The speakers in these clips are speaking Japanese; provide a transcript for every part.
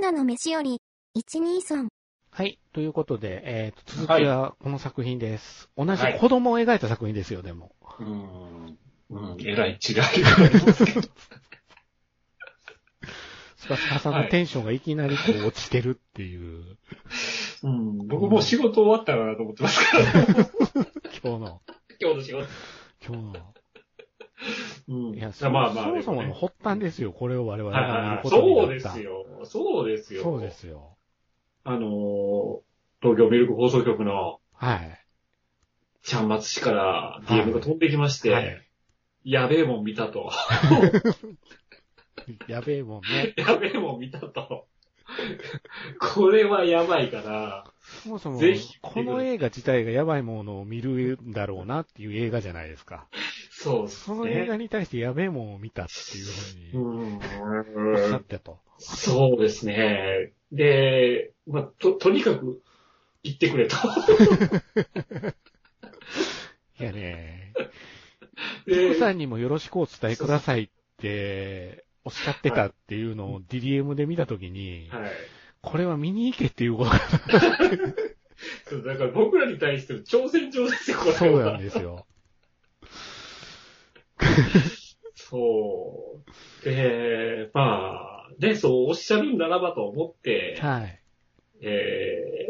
ナの飯より、123。はい。ということで、えーと、続きはこの作品です。同じ子供を描いた作品ですよ、でも。うーん。うん、えらい違いがありますけど。スカスカさんのテンションがいきなりこう落ちてるっていう、 うん、 僕もう仕事終わったかなと思ってますから、今日の、今日の仕事。今日の。うん。いや、まそあまあ、でそもねもそもの発端ですよ、これを我々はいがはいやはるいことになそった。うですよ。そうですよ。そうで。すよ。あのー東京ミルク放送局のはい。ちゃんまつ氏から DM が飛んできまして、はい。やべえもん見たと。 やべえもん ね。やべえもん見たと。 これはやばいから、そもそもぜひ、この映画自体がやばいものを見るんだろうなっていう映画じゃないですか。そうっすその映ね画。に対してやべえもんを見たっていうふううにんおっしゃってと。そうですね。で、まあ、と、とにかく、行ってくれと。 いやね、で父さんにもよろしくお伝えくださいっておっしゃってたっていうのを DDM で見たときに、はい。これは見に行けっていうことがそうだから僕らに対しての挑戦状ですよ、これは。そうなんです よ。そう。で、まあ、で、そうおっしゃるならばと思って、はい。えー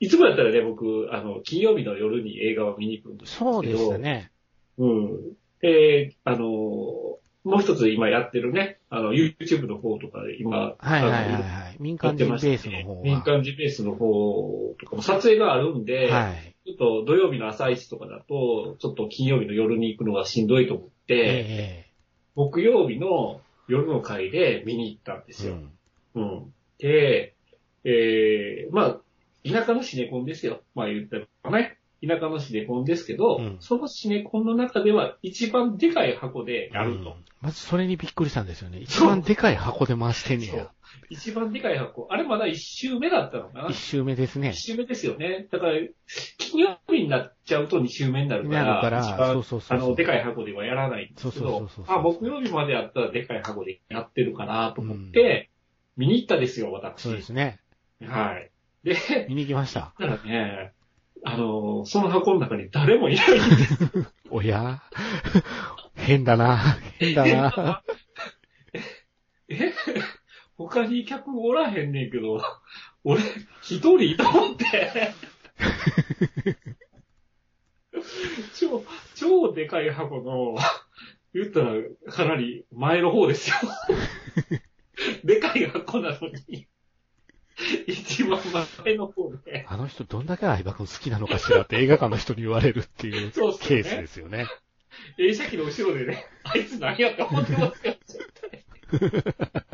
いつもやったらね、僕、あの、金曜日の夜に映画を見に行くんですけど。そうでした。ね。うん。で、あの、もう一つ今やってるね、あの、YouTube の方とかで今、はいはいはいあのはい。民やっ間て人まベしてースの方が。民間人ベースの方とかも撮影があるんで、はい。ちょっと土曜日の朝一とかだと、ちょっと金曜日の夜に行くのがしんどいと思っえて、え木曜日の夜の会で見に行ったんでえすえうよ。ん。うん。で、えー、まあ、田舎のシネコンですよ。まあ言ったらね。田舎のシネコンですけど、うんそのシネコンの中では一番でかい箱でやると。うんまずそれにびっくりしたんですよね。一番でかい箱で回してんねや。一番でかい箱。あれまだ一周目だったのかな一周目です一ね。周目ですよね。だから、金曜日になっちゃうと二周目になるかなら、るから、一そう番そうそう。あの、でかい箱ではやらないんですけそうそうどそうそう、そうあ、木曜日までやったらでかい箱でやってるかなと思って、見に行ったですよ、私。そうですね。はい。で、見に行きました。だからね、あの、その箱の中に誰もいないんです。おや 変だな。変だな。え他に客おらへんねんけど、 俺、一人いたもんって。 超、超でかい箱の、言ったらかなり前の方 ですよ。でかい箱なのに、一番前の方で。あの人どんだけ相葉君好きなのかしらって映画館の人に言われるっていうそうっすケーよスでね。すよね。映写機の後ろ でね、あいつ何やって思ってますよ、絶対。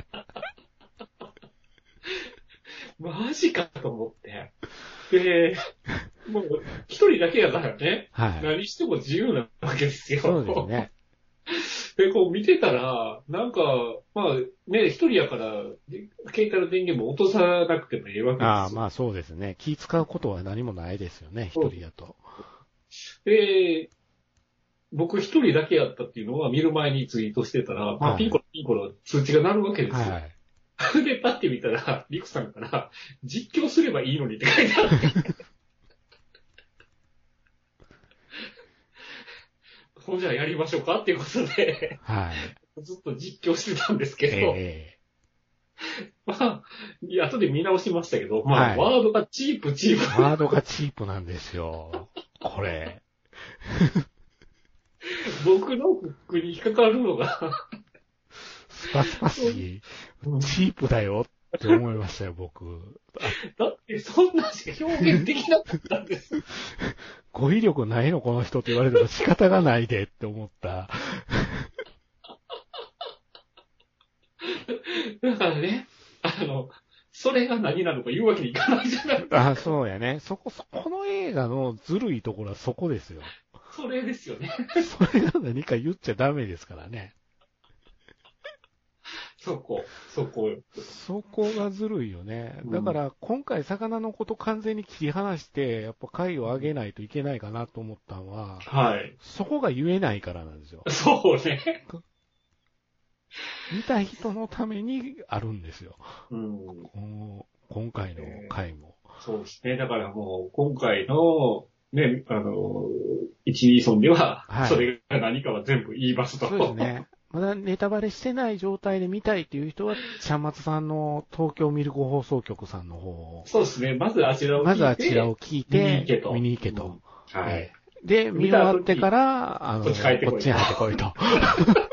マジかと思って。で、もう一人だけだからね、はい。何しても自由なわけですよ。 そうですね。で、こう見てたら、なんか、まあね、一人やから、で携帯の電源も落とさなくてもいいわけですよ。ああ、まあそうですね。気使うことは何もないですよね、一人だと。で、僕一人だけやったっていうのは見る前にツイートしてたら、まはいあ、ピンコロピンコロ通知が鳴るわけですよ。はい。で、パッて見たら、リクさんから、実況すればいいのにって書いてある。 ほんじゃあやりましょうかっていうことで、はい。ずっと実況してたんですけえど、えまあ、いや後で見直しましたけど、まはあ、いワードがチープチープ。ワードがチープなんですよ。これ。僕のフックに引っかかるのが、スパスパし、チープだよって思いましたよ、僕。だってそんなしか表現できなかったんです。語彙力ないのこの人って言われても仕方がないでって思 った。だからね、あの、それが何なのか言うわけにいかないじゃない。あ、そうやね。そこ、そこの映画のずるいところはそこですよ。それですよね。 それが何か言っちゃダメですからね。そこ、そこ。そこがずるいよね。だから、今回魚のこと完全に切り離して、やっぱ回を上げないといけないかなと思ったのは、はい。 そこが言えないからなんですよ。そうね。見た人のためにあるんですよ。うん。この今回の回も。そうですね。だからもう、今回の、ね、あの、一二村では、はいそれが何かは全部言いますと。そうですね。まだネタバレしてない状態で見たいっていう人は、ちゃんまつさんの東京ミルク放送局さんの方を、そうですね。まずあちらを聞いて。まずはあちらを聞いて、見に行けと見に行けとうんはい。で、見終わってから、あの、こっち帰ってこいこっちに入ってこいと。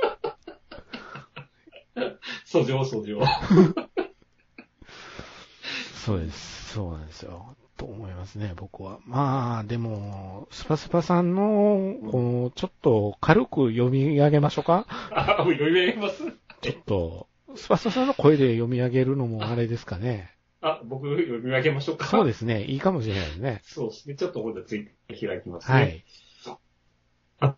訴状、訴状。そうです。そうなんですよ。と思いますね、僕は。まあ、でも、スパスパさんの、この、ちょっと軽く読み上げましょうか。あ、もう読み上げますちょっと、スパスパさんの声で読み上げるのもあれですかね。あ、僕読み上げましょうか。そうですね。いいかもしれないですね。す。そうですね。ちょっと今度はツイッター開きますね。はい。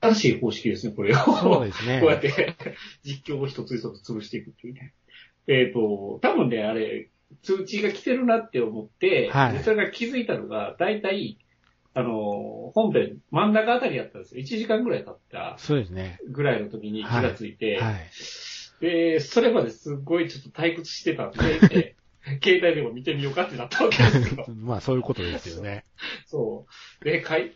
新しい方式ですね、これを。そうですね こう。やって、実況を一つ一つ潰していくっていうね。えっ、と、多分ね、あれ、通知が来てるなって思って、はいでそれが気づいたのが、大体、あの、本編、真ん中あたりやったんですよ。1時間ぐらい経ったそうですね。ぐらいの時に気がついて、はい。で、それまですっごいちょっと退屈してたん で、携帯でも見てみようかってなったわけですよ。まあ、そういうことですよね。そう。で、開、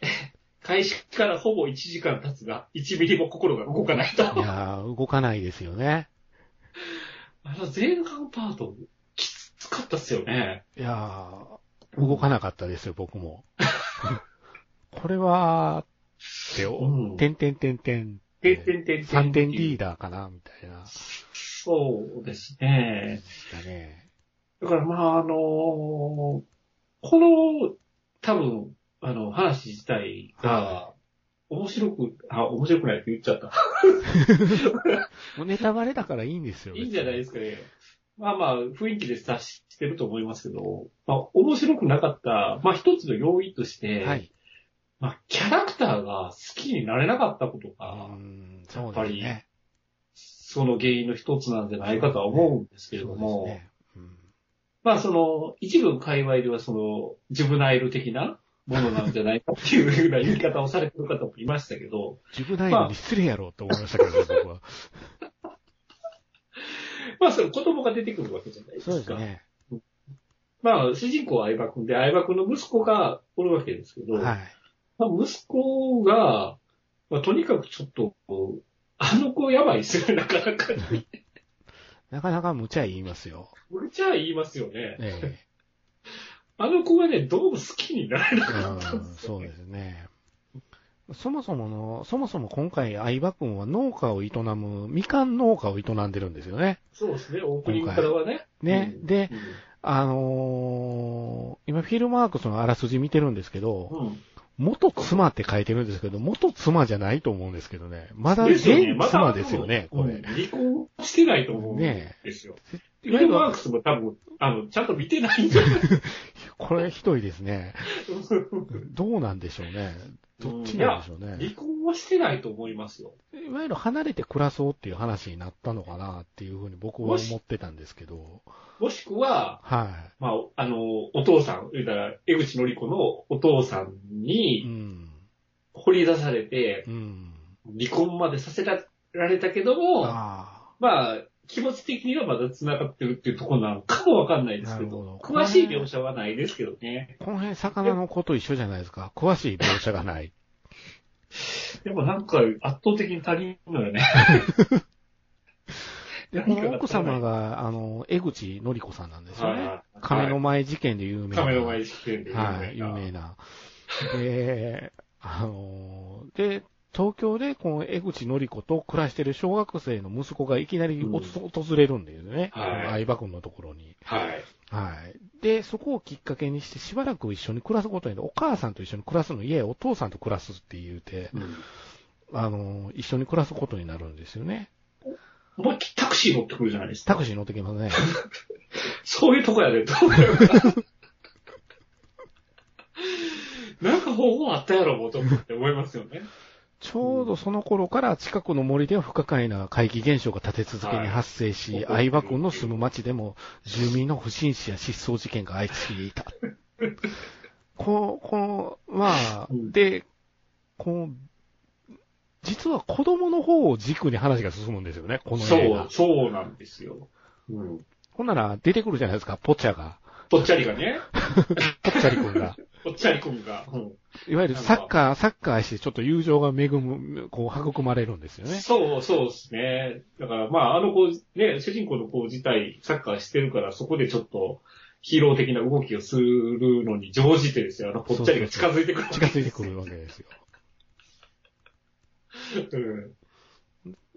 開始からほぼ1時間経つが、1ミリも心が動かないと。いやー動かないですよね。あの前半パート、きつかったっすよね。いやー動かなかったですよ、僕 も。これは、って、うんてんてんてんてん。てんてんてんてん。 3点リーダーかなみたいな。そうですね。だね。だからまあ、あのこの、多分、あの、話自体がは、面白く、あ、面白くないって言っちゃった。もうネタバレだからいいんですよ。 いいんじゃないですすかね。まあまあ、雰囲気で察してると思いますけど、まあ、面白くなかった、まあ一つの要因として、はい。まあ、キャラクターが好きになれなかったことうが、ん、そうやっぱですりね。その原因の一つなんじゃないかとは思うんですけれそども、うですね。うんまあその、一部界隈ではその、ジュブナイル的なものなんじゃないかっていうような言い方をされてる方もいましたけど、自分ないのに失礼やろうと思いましたけど、僕は。まあその子供が出てくるわけじゃないですか。そうですね。まあ主人公は相葉君で、相葉君の息子がおるわけですけど、はい。まあ息子が、まあとにかくちょっと、あの子やばいっすよね、なかなか。なかなか無茶言いますよ。むちゃ言いますよね。ええ。あの子がね、どうも好きになれなかったうんんですそようねで。すね。そもそもの、そもそも今回、相葉君は農家を営む、みかん農家を営んでるんですよね。そうですね、オープニングからはね。ね。うんで、、あのー今フィルマークスのあらすじ見てるんですけうど、ん。元妻って書いてるんですけど、元妻じゃないと思うんですけどね。まだで現すよねまた妻ですよね、こうんれ。離婚してないと思うんねですよ。え。フィルマークスも多分、あの、ちゃんと見てないんじゃないこれひどいですね。どうなんでしょうね。 どっちなんでしょう離ね。婚はしてないと思いますよ。いわゆる離れて暮らそうっていう話になったのかなっていうふうに僕は思ってたんですけど。もしくは、はまあ、あの、お父さん、言うたら、江口のり子のお父さんい。うにん。掘り出されて、うん。離婚までさせられたけども、あまあ、気持ち的にはまだ繋がってるっていうところなのかもわかんないですけど、なるほど詳しい描写はないですけどね。あ。この辺、魚の子と一緒じゃないですか。詳しい描写が ない。でもなんか圧倒的に足りんのよね。で、この奥様が、あの、江口のり子さんなんですよね。はい亀の前事件で有名な。亀の前事件で有名な。はい、有名な。で、あのーで、東京でこの江口のり子と暮らしてる小学生の息子がいきなりおつ訪れるんだよね。はい相葉君のところに。はい。はい。で、そこをきっかけにしてしばらく一緒に暮らすことになって、お母さんと一緒に暮らすの、いやお父さんと暮らすって言うて、あのー一緒に暮らすことになるんですよね。思いっきりタクシー乗ってくるじゃないですタか。クシー乗ってきますね。そういうとこやで、どうやろう な。なんか方法あったやろ、もうと思って思いますよね。ちょうどその頃から近くの森では不可解な怪奇現象が立て続けに発生し、はい相葉君の住む町でも住民の不審死や失踪事件が相次いでいた。この、この、まあ、うんで、この、実は子供の方を軸に話が進むんですよね、このそ映う画、。そうなんですよ。うん。ほんなら出てくるじゃないですか、ポッチャが。ぽっちゃりがね、ポッチャリ君が。ぽっちゃりくんが、うんいわゆるサッカー、サッカーしてちょっと友情が恵む、こう育まれるんですよね。そう、そうですね。だから、まあ、あの子、ね、主人公の子自体、サッカーしてるから、そこでちょっと、ヒーロー的な動きをするのに乗じてですよ、あの、ぽっちゃりが近づいてくる。近づいてくるわけですよ。うん。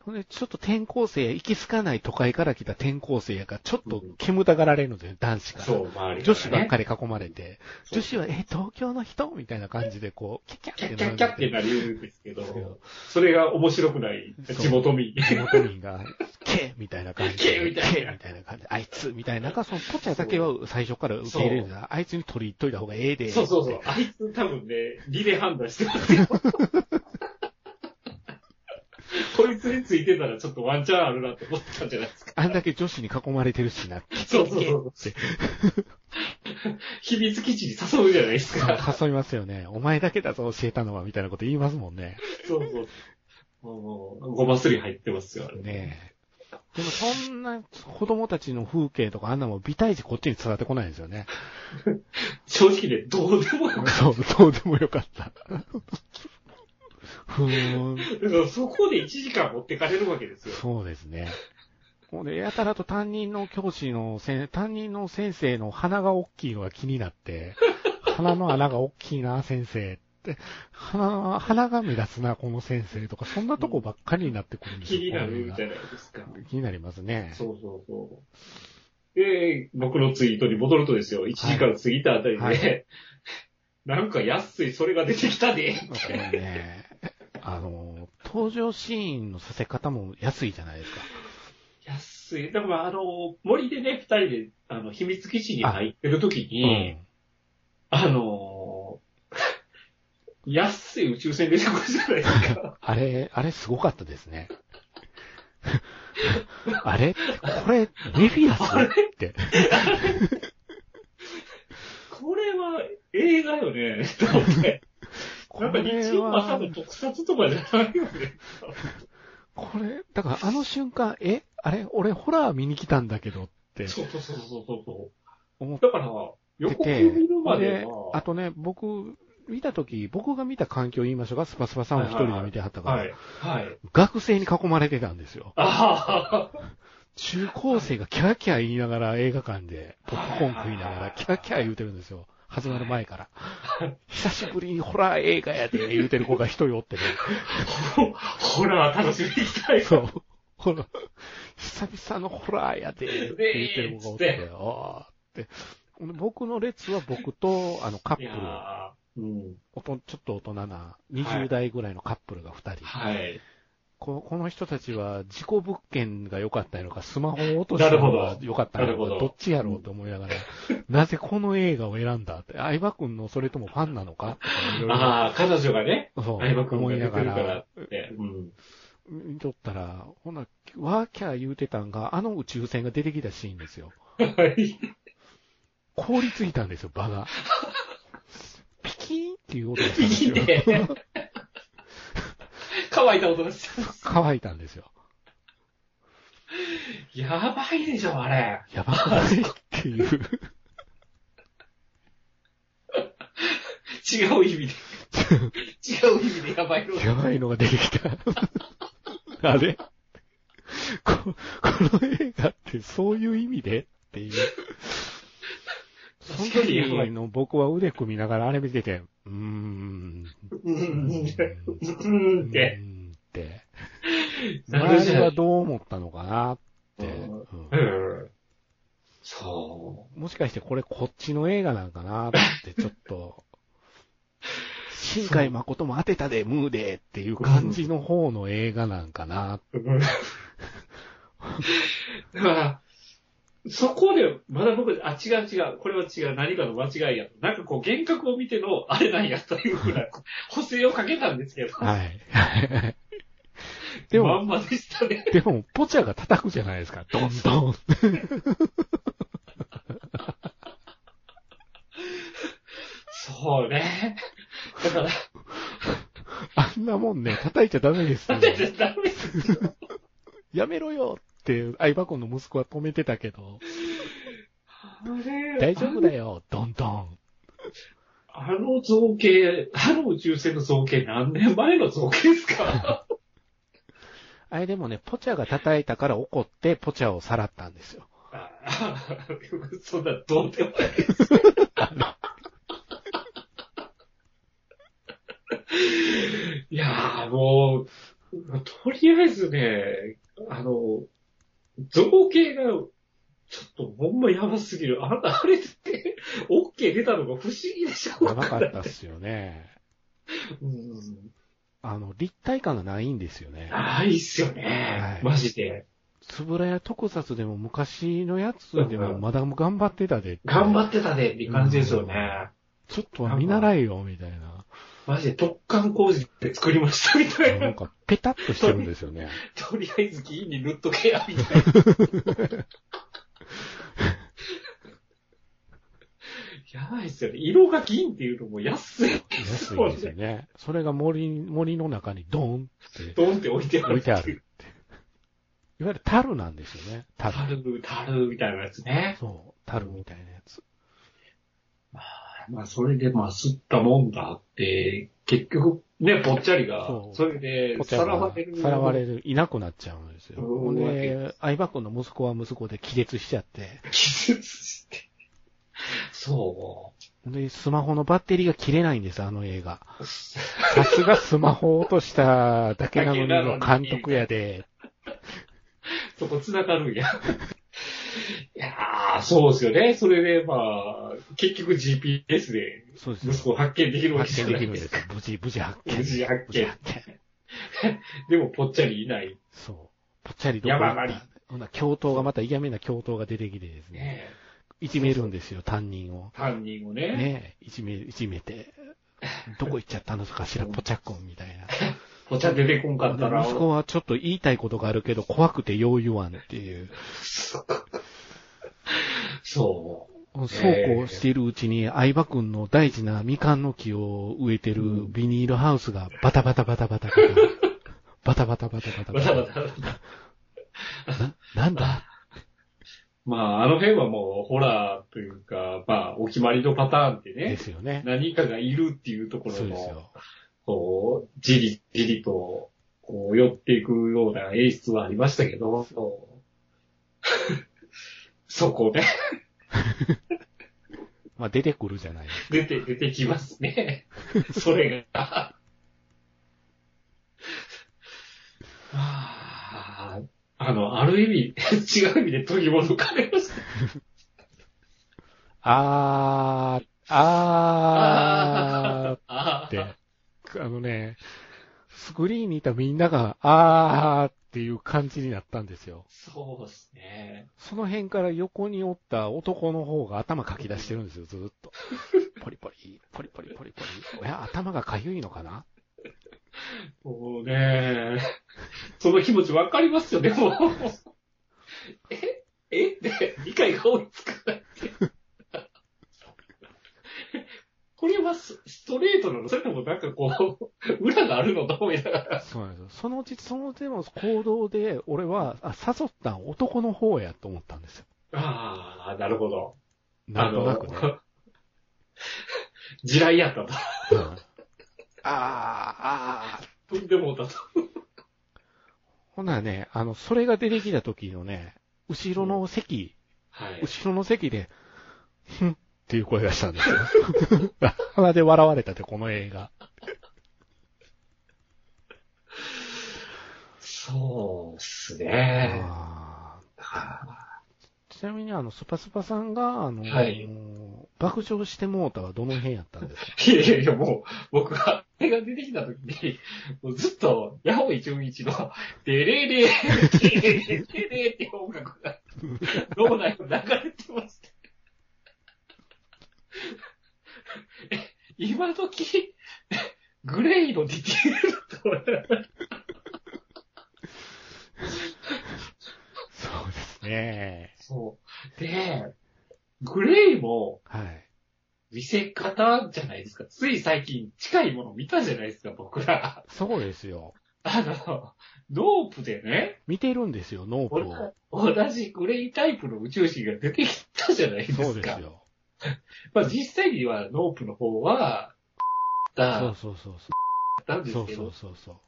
ほんでちょっと転校生、行き着かない都会から来た転校生やから、ちょっと煙たがられるんですよ、男子から。そう、周り、ね、女子ばっかり囲まれて、そう女子は、え、東京の人みたいな感じで、こう、キャッキキャャッてなッキャるッんキャッっでてなるんですけすよど、それが面白くないそう地元民。地元民が、けみたいな感じで。けみたいなけみたいな感じで。あいつみたいな。なんか、その、ポチャだけは最初から受け入れるんだ。あいつに取り入っといた方がええで。そうそうそう。あいつ多分ね、リレー判断してますよ。こいつについてたらちょっとワンチャンあるなって思ったんじゃないですか。あんだけ女子に囲まれてるしな。そうそうそう。 秘密基地に誘うじゃないですか。誘いますよね。お前だけだぞ、教えたのは、みたいなこと言いますもんね。そうそう。もう、ごますり入ってますよ、あれ。ねえ。でも、そんな子供たちの風景とか、あんなもん、美大児こっちに伝わってこないんですよね。正直ね、どうでもよかっそう、そうでもよかった。ふーん。ただから そこで1時間持ってかれるわけですよ。そうですね。もうね、やたらと担任の教師の先、担任の先生の鼻が大きいのが気になって、 鼻の穴が大きいな、先生って。鼻、鼻が目立つな、この先生とか、そんなとこばっかりになってくるんです気よ。になるこじれゃないですか。が気になりますね。そうそうそう。で、僕のツイートに戻るとですよ、1時間過ぎたあたりで、はいは なんか安い、それが出てき たで、これね、あの、登場シーンのさせ方も安いじゃないですか。安い。でもあの、森でね、二人で、あの、秘密基地に入ってる時に、あ,、の、 安い宇宙船出てくるじゃないですか。あれ、あれすごかったですね。 あれこ れ、メフィアスって。これは映画よ ね、と思って。こなんか日曜朝の特撮とかじゃないよね。これ、だからあの瞬間、えあれ俺ホラー見に来たんだけどってそうそうそうそうそう。思っだから、予て告て。見るまででは、あとね、僕、見たとき、僕が見た環境言いましょうか、スパスパさんを一人で見てはったから、はい。はい。学生に囲まれてたんですよ。ああ。中高生がキャーキャー言いながら映画館で、ポップコーン食いながら、キャーキャー言うてるんですよ。始まる前 から。久しぶりにホラー映画やで、言うてる子が一人おってね。 ホラー楽しみに行きたい。そう。ほら、久々のホラーやで、って言ってる子がおっねて、あーって。ほんで僕の列は僕と、あの、カップいルや、ーうん。おとちょっと大人な、は20い代ぐらいのカップルが2人。はい。ここの人たちは、事故物件が良かったのか、スマホを落としたのなるがほ良かったのか、なるほどどっちやろうと思いながら、なぜこの映画を選んだって、相葉君のそれともファンなのかとかいろいろああ、彼女がね、そう相葉君思がい出なてがるからら、って。うん。見とったら、ほな、ワーキャー言うてたんが、あの宇宙船が出てきたシーンですよ。 はい。凍りついたんですよ、場が。ピキーンっていう音がしたんですいいよ。ね。 乾いた音がした。乾いたんですよ。やばいでしょ、あれ。やばくないっていう、違う意味で。違う意味でやばいの。やばいのが出てきた。あれここの映画ってそういう意味でっていう。その確かにやばい時の僕は腕組みながらあれ見てて、うーん、ううんーん、ううんうんっーて。んって。なる周じりゃはん。どう思ったのかなって。うんうんうん。そもしかしてこれこっちの映画なんかなって、ちょっと、新海誠も当てたで、ムーでっていう感じの方の映画なんかな。う。うんだから、そこで、まだ僕、あ、違う違う、これは違う、何かの間違いやと。なんかこう、幻覚を見ての、あれなんやというぐらい、補正をかけたんですけど、はい。でまも、んまでしたね。でも、ポチャが叩くじゃないですか、どんどん。 そうね。だから、あそんなもんね、叩いちゃダメですよだ。ってダメですよ。やめろよって、相葉子の息子は止めてたけど、あれ大丈夫だよ、どんどん。あの造形、あの宇宙船の造形何年前の造形ですかあれでもね、ポチャが叩いたから怒って、ポチャをさらったんですよ。ああそんなどうでもいいです。いやーもう、とりあえずね、あの、造形が、ちょっとほんまやばすぎる。ああれって、OK 出たのが不思議でしょやばかったっすよね。うんあの、立体感がないんですよね。ないっすよねは。いマジで。つぶらや特撮でも昔のやつでもまだ頑張ってたで。頑張ってたねっていう感じですよね。ちょっとは見習えよ、みたいな。マジで特貫工事で作りましたみたいなんな。か、ペタッとしてるんですよね。とりあえず銀に塗っとけや、みたいな。 やばいっすよね。色が銀っていうのも安いです安いもんんですよね。ね。それが森、森の中にドーンってドンって置いてある。置いてある。って。いわゆる樽なんですよね。樽。樽、樽みたいなやつね。そう。樽みたいなやつ。まあ、それでまあ、吸ったもんだって、結局、ね、ぽっちゃりがそ、うそれで、さらわれる。さらわれる。いなくなっちゃうんですよ。うんほんで、相葉子の息子は息子で気絶しちゃって。気絶して。そほんで、スマホのバッテリーが切れないんです、あの映画。さすがスマホ落としただけなのにだけなののに監督やで。う。そこ繋がるんや。いやー、そうですよね。それで、まあ、結局 GPS でそうですよ息子を発見できるわけじ発ゃ見なできいるんですですかよ。。 無事、無事発見。無事発見無事発見。でも、ぽっちゃりいない。そう。ぽっちゃりどこ行っ山狩りたほな、教頭がまた嫌めな教頭が出てきてですね、ねいじめるんですよ、担任を。犯人をね。ねえ、いじめ、いじめて、 どこ行っちゃったのかしら、ぽちゃっこんみたいぽっちゃり出てこんかったな。ら。息子はちょっと言いたいことがあるけど、怖くてよう言わんっていう。そそうこうしているうちに、相葉くんの大事なみかんの木を植えてるうんビニールハウスがバタバタバタバタバタ。バタバタバタバタバう。まタたま。た。なんだまあ、あの辺はもう、ホラーというか、まあ、お決まりのパターンってでね、すよね。何かがいるっていうところそうですの、よ。こう、じりじりと、こう、寄っていくような演出はありましたけど、そこね、まあ出てくるじゃないですか。出て、出てきます ね。それが。あーあの、ある意味、違う意味で取り戻かれました。あー、あーあっーて、あのね、スクリーンにいたみんなが、あーっていう感じになったんですよ。 そうですね。その辺から横におった男の方が頭かき出してるんですよ、ずーっと。ポリポリ、ポリポリポリポリ。いや、頭がかゆいのかなそうねその気持ちわかりますよ、でも。 ええって、理解が追いつかないって。 これはスストレートなのそれともなんかこう、 裏があるのと思いながら。そうなんですよ。そのうち、そのでも行動で、俺は、あ、誘ったん男の方やと思ったんですよ。ああ、なるほど。なんとなくね。あの、地雷やったと。うんあー、あー、踏んでもうたと。ほんならね、あの、それが出てきた時のね、後ろの席、はい。後ろの席で、ふんっていう声がしたんですよ。 鼻で笑われたって、この映画。そうっすね。あはーちなみに、あの、スパスパさんが、あの、はい爆笑してもうたはどの辺やったん ですかいやいやいや、もう、僕は、あれが出てきた時に、もうずっと、ヤホイ純一の、デレレ、デレレ、デレレって音楽が、脳内を流れてました。え今時、グレイのディティールとか、そうですね。そう。で、グレイも、はい。見せ方じゃないですか。つい最近近いもの見たじゃないですか、僕ら。そうですよ。あの、ノープでね、見てるんですよ、ノープを。同じグレイタイプの宇宙人が出てきたじゃないですか。そうですよ。まあ実際にはノープの方は、だそうそうそうそったんう。でそうすけそうど、そうそう。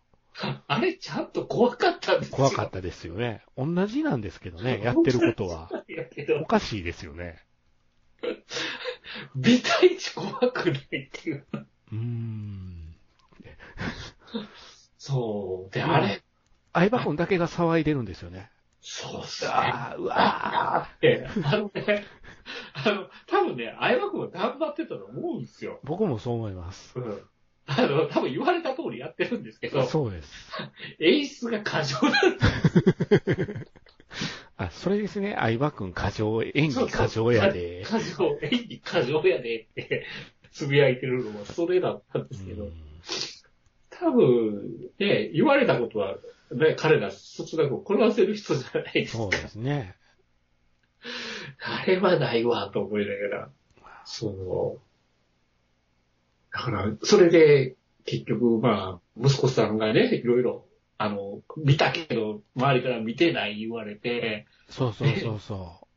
あれちゃんと怖かったんですよ。怖かったですよね。同じなんですけどね、やってることは。た。やけおど、かしいですよね。ビタイチ怖くないっていう。うーん。そう。で、あれ、相葉君だけが騒いでるんですよね。そうっすね。ああ、うわあ。ええあのね、あの、多分ね、相葉君は頑張ってたと思うんですよ。僕もそう思います。うん。あの、多分言われた通りやってるんですけど、そうです。演出が過剰なんですあ、それですね。相葉君過剰、演技過剰やで。過剰、演技過剰やでって、 つぶやいてるのもそれだったんですけうど、ん多分、ね、言われたことは、ね、彼ら、そつなくこなせる人じゃないですかそうですね。あれはないわ、と思いながら。そう。だから、それで、結局、まあ、息子さんがね、いろいろ、あの、見たけど、周りから見てない言われて、そうそうそうそ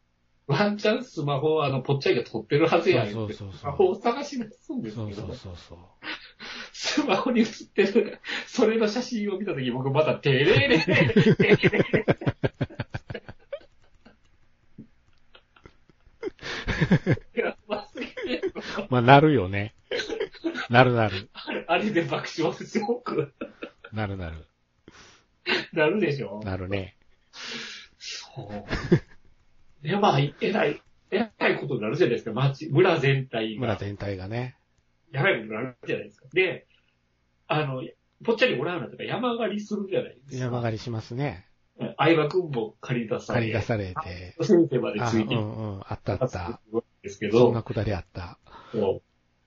ワンチャンスマホをあの、ぽっちゃりが撮ってるはずやんって。そうそうそうそうスマホを探し出すんでう。すけそうそど、うそうそう。スマホに写ってる、それの写真を見たとき、僕また、てれれ、てれれ。やばすぎる。まあ、なるよね。なるなる。あれで爆笑すごくなるなる。なるでしょなるね。そう。で、まあ、えらい、えらいことになるじゃないですか、町、村全体が。村全体がね。やばいことになるじゃないですか。で、あの、ぽっちゃりおらんなとか山狩りするじゃないですか。山狩りしますね。り。相葉くんも借り出され借り出されて。先生まであ、つうんいてきうん。あったあたった。ですけそんなど、くだりあった。こう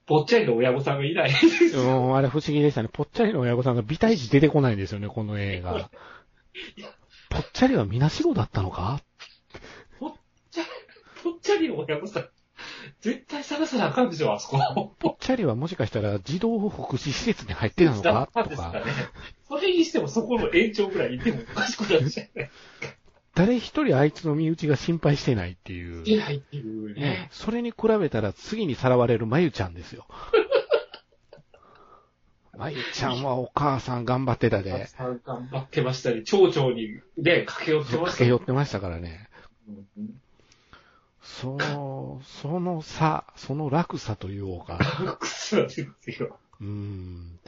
ぽっちゃりの親御さんがい ない。うん、あれ不思議でしたね。ぽっちゃりの親御さんが美大児出てこないんですよね、この映画。ぽっちゃりはみなしごだったのかぽっちゃりの親御さん、絶対探さなあかんでしょ、あそこ。ぽっちゃりはもしかしたら児童福祉施設に入ってたのかだったんとですかかね。。それにしてもそこの延長ぐらいいてもおかしくないじゃない。誰一人あいつの身内が心配してないっていう。いけないっていうねね。それに比べたら次にさらわれるまゆちゃんです よ。まゆちゃんはお母さん頑張ってたで、頑張ってましたり、町長にね、駆け寄ってま駆したけり寄ってましたからね。うんそ、その差、その落差というか、くそですよ。うーん、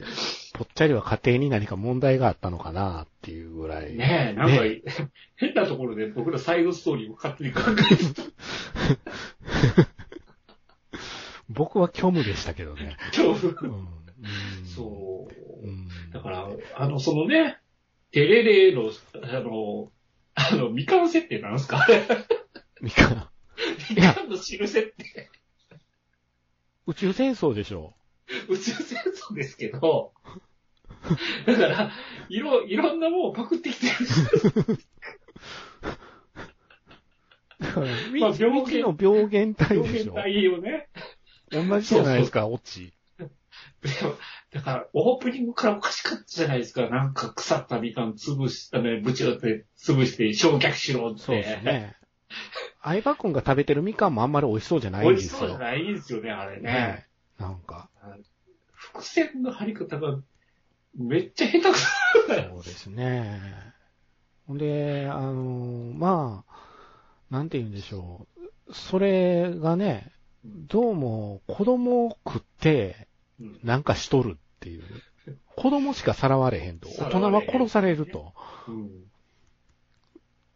ぽっちゃりは家庭に何か問題があったのかなっていうぐらい。ねえ、なんか、ね 変なところで僕らサイドストーリーを勝手に考えてた僕は虚無でしたけどね。うん。うんそうう。ん。だから、あの、そのね、テレレの、あの、あの、みかん設定なんですかあれみかん、みかんの汁設定。宇宙戦争でしょ。宇宙戦争ですけど、だから、いろ、いろんなものをパクってきてる。だから未まあ知病原未知の病原体表でし現ょ。体をね。同じじゃないですか、オチ。でもだから、オープニングからおかしかったじゃないですか。なんか腐ったみかん潰したね、ぶち当て潰して焼却しろって。そうですね。相葉君が食べてるみかんもあんまり美味しそうじゃない美んで味しすそうじよ。ゃないですよね、あれね。ねえなんか、伏線の張り方がめっちゃ下手くそ。そうですね。ほんで、あの、まあ、なんて言うんでしょう。それがね、どうも子供を食ってうんなんかしとるっていう。子供しかさらわれへんと。さ大人らわはれへん殺されると。うん。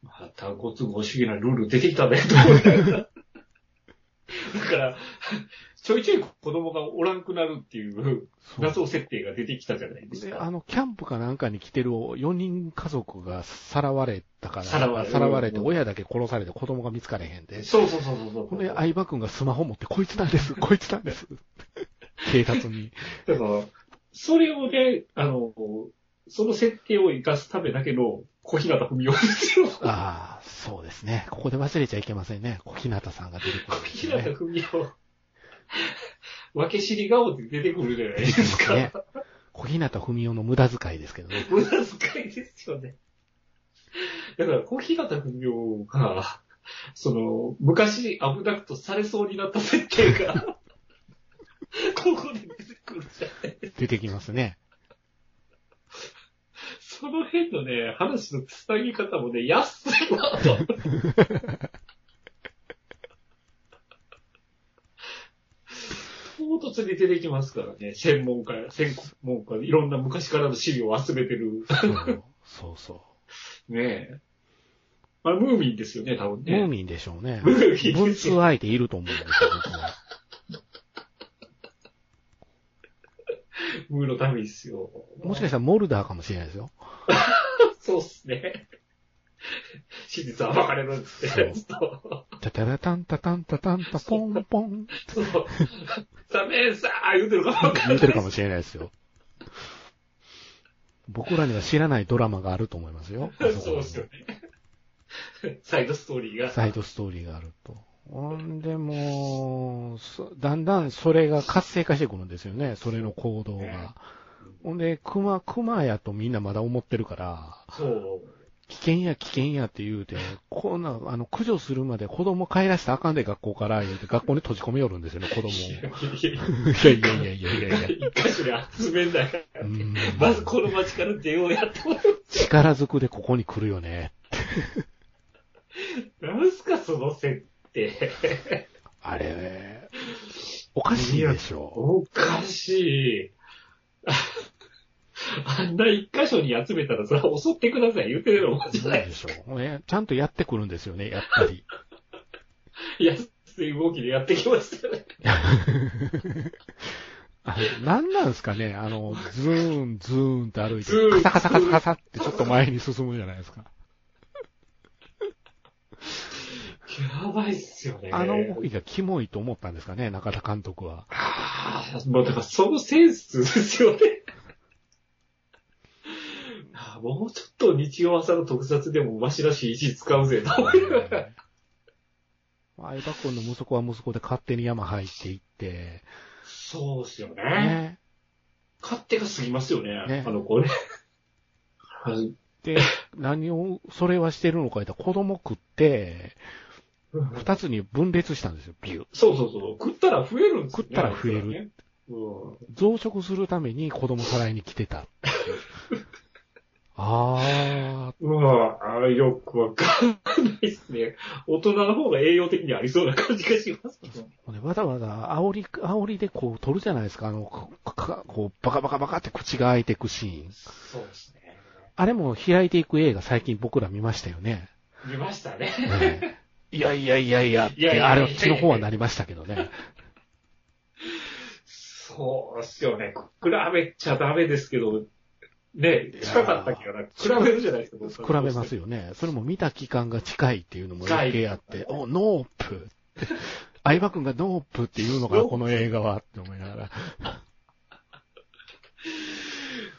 またご都合主義なルール出てきたね、と思ったよだから、ちょいちょい子供がおらんくなるっていうそう謎設定が出てきたじゃないですで、か。あの、キャンプかなんかに来てる4人家族がさらわれたから、さらわれさるて、親だけ殺されて子供が見つかれへんで、そうそうそうそうそう。ほんで、相葉くんがスマホ持って、こいつなん です、こいつなんです。警察に。だから、それをね、あの、その設定を生かすためだけの小日向文夫ですよ。ああ、そうですね。ここで忘れちゃいけませんね。小日向さんが出てくるんで小日す向ね。文夫。分け知り顔って出てくるじゃないですか。ね。小日向文夫の無駄遣いですけどね。無駄遣いですよね。だから、小日向文夫が、その、昔危なくとされそうになった設定が、ここで出てくるじゃない出てきます ね。その辺のね、話のつなぎ方もね、安いなと。唐突に出てきますからね、専門家、専門家、いろんな昔からの資料を集めてる。そうそうそねえ。あれ、ムーミンですよね、多分う。ムーね。ミンでしょうね。ムーミンですよ文通相手いると思うんですよ、僕はムーの民ですよ。もしかしたらモルダーかもしれないですよ。そうっすね。真実は暴かれるんですって。そう。タタラタンタタンタタンタポンポンってそう。ダメさー言うてるかもわかんな言い。ってるかもしれないですよ。僕らには知らないドラマがあると思いますよ。あこそうですよね。サイドストーリーが。サイドストーリーがあると。ほんでもう、そだんだんそれが活性化してくるんですよね、それの行動が。ほんで、熊、熊やとみんなまだ思ってるから、そう。危険や危険やって言うて、こんな、あの、駆除するまで子供帰らしたらあかんで学校から言うて、学校に閉じ込めよるんですよね、 子供を。いいやいややいやいやいやいやいや。一箇所で集めんだからうね。んまずこの街から出ようやってもら力ずくでここに来るよね。う。なんすか、その設定。あれ、おかしいでしょ。おかしい。あんな一箇所に集めたら、それは襲ってください言ってるのもんじゃそうない。でしょ。ね、ちゃんとやってくるんですよね、やっぱり。 安い動きでやってきましたね。あの何なんですかねあの、ズーン、ズーンって歩いズーンて、カサカサカサカサってちょっと前に進むじゃないですか。やばいっすよね。あの動きがキモいと思ったんですかね中田監督は。ああ、もうだからそのセンスですよね。 あーもうちょっと日曜朝の特撮でもマシらしい石使うぜと思いながら。相葉君の息子は息子で勝手に山入っていって、そうですよね。ね。勝手が過ぎますよね。ねあの子ね。はいで、 何を、それはしてるのか言ったら子供食って、二つに分裂したんですよ、ビュー。そうそうそう。食ったら増えるんです食よね。ったら増えるね。うん増殖するために子供さらいに来て た。あうわあれよくわかんないですね。大人の方が栄養的にありそうな感じがしますけど。ー、ね、わざわざ煽り、煽りでこう取るじゃないですか、あの、かかこう、バカバカバカって口が開いてくシーン。そうですね。あれも開いていく映画最近僕ら見ましたよ ね。見ましたね。ねいやいやいやいやっいやて、いやいやあれ、っちの方はなりましたけどね。そうっすよね。比べちゃダメですけど、ね、近かったから、比べるじゃないですか、僕比べます。よね。それも見た期間が近いっていうのも余計あって、お、ノープ って。相葉くんがノープっていうのがこの映画はって思いながら。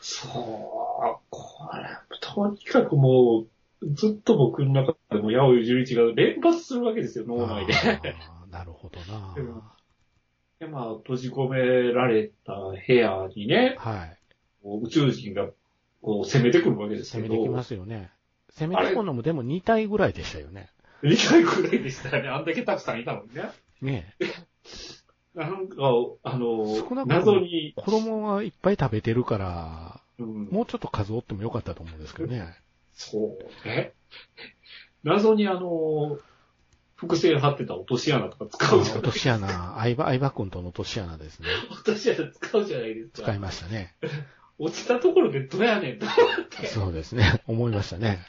そう、これ、とにかくもう、ずっと僕の中でも、八百十一が連発するわけですよ、脳内で。あーなるほどなで。もで、まあ、閉じ込められた部屋にね、はい。こう宇宙人が、こう、攻めてくるわけですけ攻ど。めてきますよね。攻めてこんのもでも2体ぐらいでしたよね。理解くらいでしたよね。あんだけたくさんいたのにね。ねえなんか、あ少なの、くとも謎に、子供はいっぱい食べてるから、うんもうちょっと数折ってもよかったと思うんですけどね。そうね。謎にあの、複製貼ってた落とし穴とかあ使うじゃ落ないでとすし穴、相葉、相葉くんとの落とし穴ですね。か。落とし穴使うじゃないです使いか。ましたね。落ちたところでどうやねんと思 って。そうですね。 思いましたね。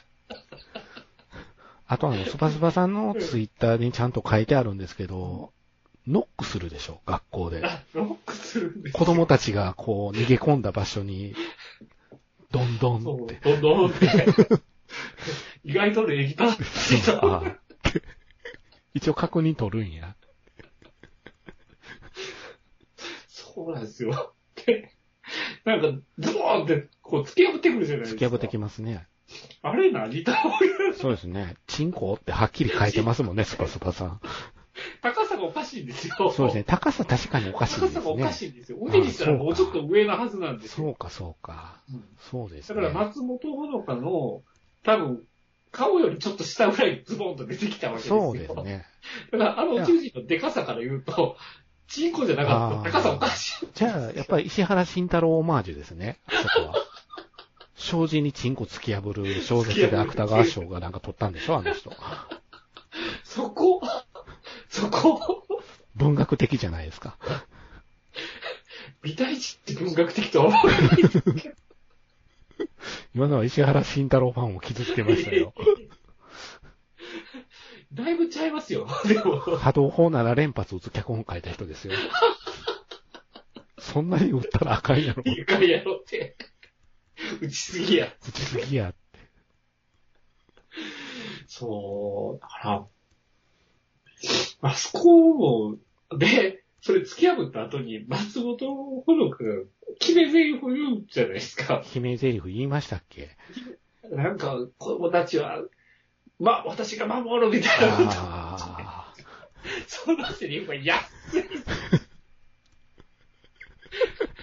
あとあの、スパスパさんのツイッターにちゃんと書いてあるんですけど、ノックするでしょ、学校で。あ、ロックするんです子供たちがこう逃げ込んだ場所に、どんどそんっうて。、どんどんって。 意外と礼儀正しいあな。あ 一応確認取るんや。そうなんですよ。で、なんか、ズボーンって、こう、突き破ってくるじゃないです突か。き破ってきますね。あれ何と思いながらそうですね。チンコってはっきり書いてますもんね、スパスパさん。高さがおかしいんですよ。そうですね。高さ確かにおかしい高ですね。さがおかしいんですよ。腕にしたらもうちょっと上なはずなんですそよ。うか、そうか。うんそうですだね。から松本ほのかの、多分、顔よりちょっと下ぐらいズボンと出てきたわけですよ。そうですね。だから、あの宇宙人のデカさから言うと、チンコじゃなかった。あー高さおかしい。じゃあ、やっぱり石原慎太郎オマージュですね。そこは。障子にチンコ突き破る小説で芥川賞がなんか取ったんでしょあの人。そこ、そこ、文学的じゃないですか。美大地って文学的とは思わないですけど。今のは石原慎太郎ファンを傷つけましたよ。だいぶちゃいますよ。でも、波動砲なら連発打つ脚本書いた人ですよ。そんなに打ったらあかんやろ。一回やろうって。打ちすぎや。打ちすぎや。そう、だから、あそこを、で、それ突き破った後に、松本ほのかが決め台詞言うじゃないですか。悲鳴台詞言いましたっけなんか、子供たちは、ま、私が守るみたいなこと。ああ。そのセリフは安い。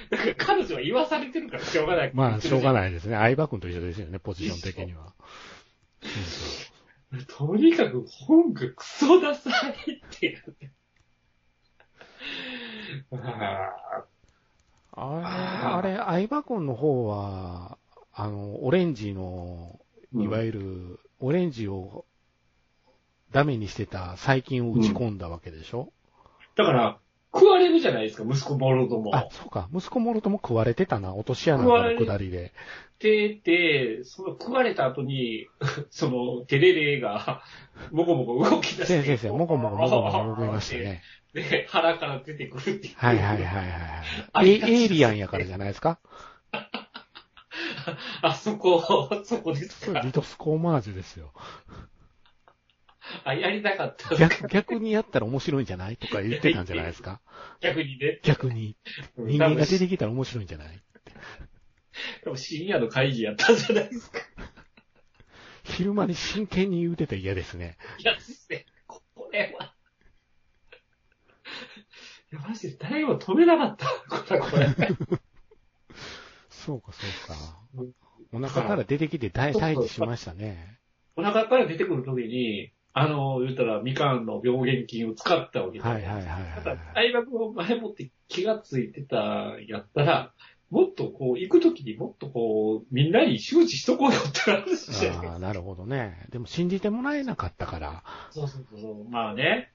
なんか彼女は言わされてるからしょうがない。まあ、しょうがない。ないですね。相葉君と一緒ですよね、ポジション的には。そうそうとにかく本がクソダサいっていうね。あああれ、あれ、相葉君の方は、あの、オレンジの、ーいわゆる、オレンジをダメにしてた細菌を打ち込んだわけでしょ、だから、食われるじゃないですか、息子ボロども。あ、そうか。息子もろとも食われてたな。落とし穴の下りで。で、で、その食われた後に、 その、テレレが、もこもこ動き出して。先生、先生、もこもこもこもこ動きましたね。で、腹から出てくるっていう。はいはいはいはい。ありえがちですねエイリアンやからじゃないですかあそこ、そこですそれかリ。トスコーマージュですよ。あ、やりたかった。逆、逆にやったら面白いんじゃないとか言ってたんじゃないですか逆にね。逆に。人間が出てきたら面白いんじゃない多分深夜の会議やったんじゃないですか。昼間に真剣に言うてたら嫌ですね。いや、先生、ここれは。いや、マジで誰も止めなかった。これ、これ。 そうか、そうかう。お腹から出てきて大そうそう退治しましたね。お腹から出てくるときに、あの、言ったら、みかんの病原菌を使ったわけで。はいはいはいたはだい。、相葉君を前もって気がついてたんやったら、もっとこう、行くときにもっとこう、みんなに周知しとこうよって話じゃないああ、なるほどね。でも信じてもらえなかったから。そうそうそう。まあね、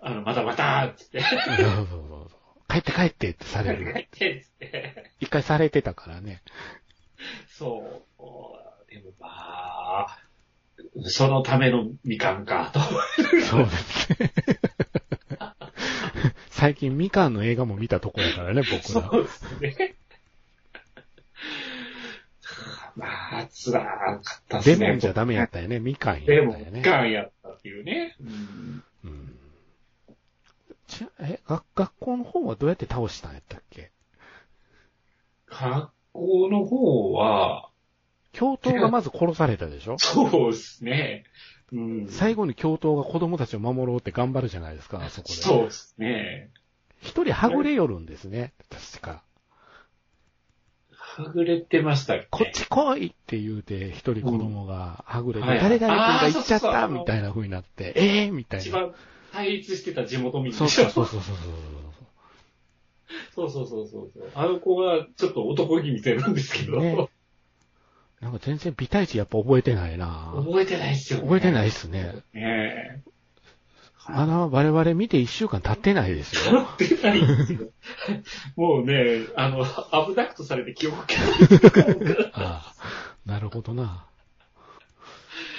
あの、またまたっつって、そうそうそうそう。帰って帰ってってされ帰る。ってっつって。一回されてたからね。そう。でもまあ、そのためのみかんか、と。そうですね。最近みかんの映画も見たところだからね、僕ら。そうですね。 まあ、つらかったっレすね。モンじゃダメやったよね。みかんやったでよも、ね。みかんやったっていうね。ううんんちえ、学学校の方はどうやって倒したんやったっけ学校の方は、教頭がまず殺されたでしょそうですね。うん。最後に教頭が子供たちを守ろうって頑張るじゃないですか、あそこで。そうですね。一人はぐれ寄るんですね、確か。はぐれてましたっけこっち来いって言うて、一人子供がはぐれて、はい誰々君が行っちゃっあーそうそうそたうみたいな風になって、ええみたい一な。番対立してた地元民でしそょうそうそうそうそうそう。そうそうそうそうそう。あの子がちょっと男気見せるんですけど、ねなんか全然美体値やっぱ覚えてないな覚えてないっすよね。覚えてないい。っすね。ねえ。まだ我々見て一週間経ってないですよ。覚えてないっすよ。もうね、あの、アブダクトされて記憶消えああ、なるほどな。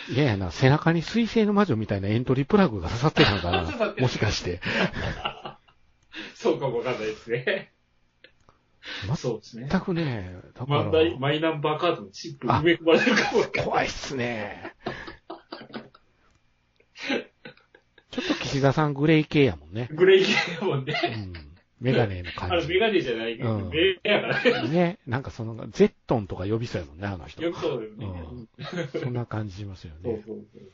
いややな、背中に水星の魔女みたいなエントリープラグが刺さってたのか 刺さっなてるもしかして。 そうかもわかんないですね。まそうですね。全くね、だかマンダイら、マイナンバーカードのチップ埋め込まれてるかもわかんない怖いっすね。ちょっと岸田さんグレー系やもんね。グレイ系やもんねう。ん。メガネのあ感の、メじ。ガネじゃないけど、うんメガネやからね。ね、なんかその、ゼットンとか呼びそうやもんね、あの人。よくそうだようね。ん。そんな感じしますよそうね。そうそう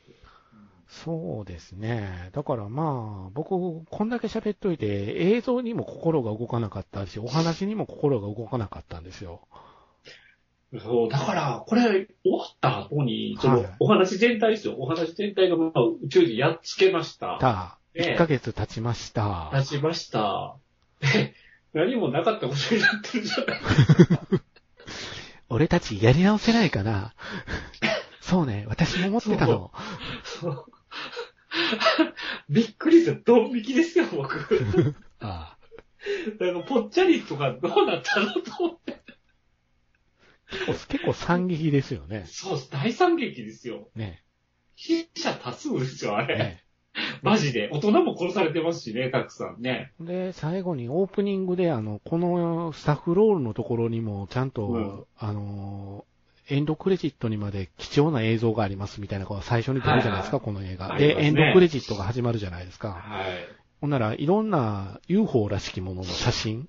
そうですね。だからまあ、僕、こんだけ喋っといて、映像にも心が動かなかったし、お話にも心が動かなかったんですよ。そう、だから、これ、終わった後に、そのはいお話全体ですよ。お話全体が、まあ、宇宙人やっつけました。ただ、ええ1ヶ月経ちました。立ちました。で何もなかったことになってるじゃない。俺たちやり直せないかな。そうね、私も思ってたの。そう びっくりする。ドン引きですよ、僕。ああなんか、ぽっちゃりとかどうなったのと思って。結構、結構惨劇ですよね。そう、大惨劇ですよ。ね。被疑者多数ですよ、あれ。ねマジで。大人も殺されてますしね、たくさんね。で、最後にオープニングで、あの、このスタッフロールのところにも、ちゃんと、うんあの、エンドクレジットにまで貴重な映像がありますみたいなことが最初に出るじゃないですか、この映画。ありで、ますねエンドクレジットが始まるじゃないですか。はい。ほんなら、いろんな UFO らしきものの写真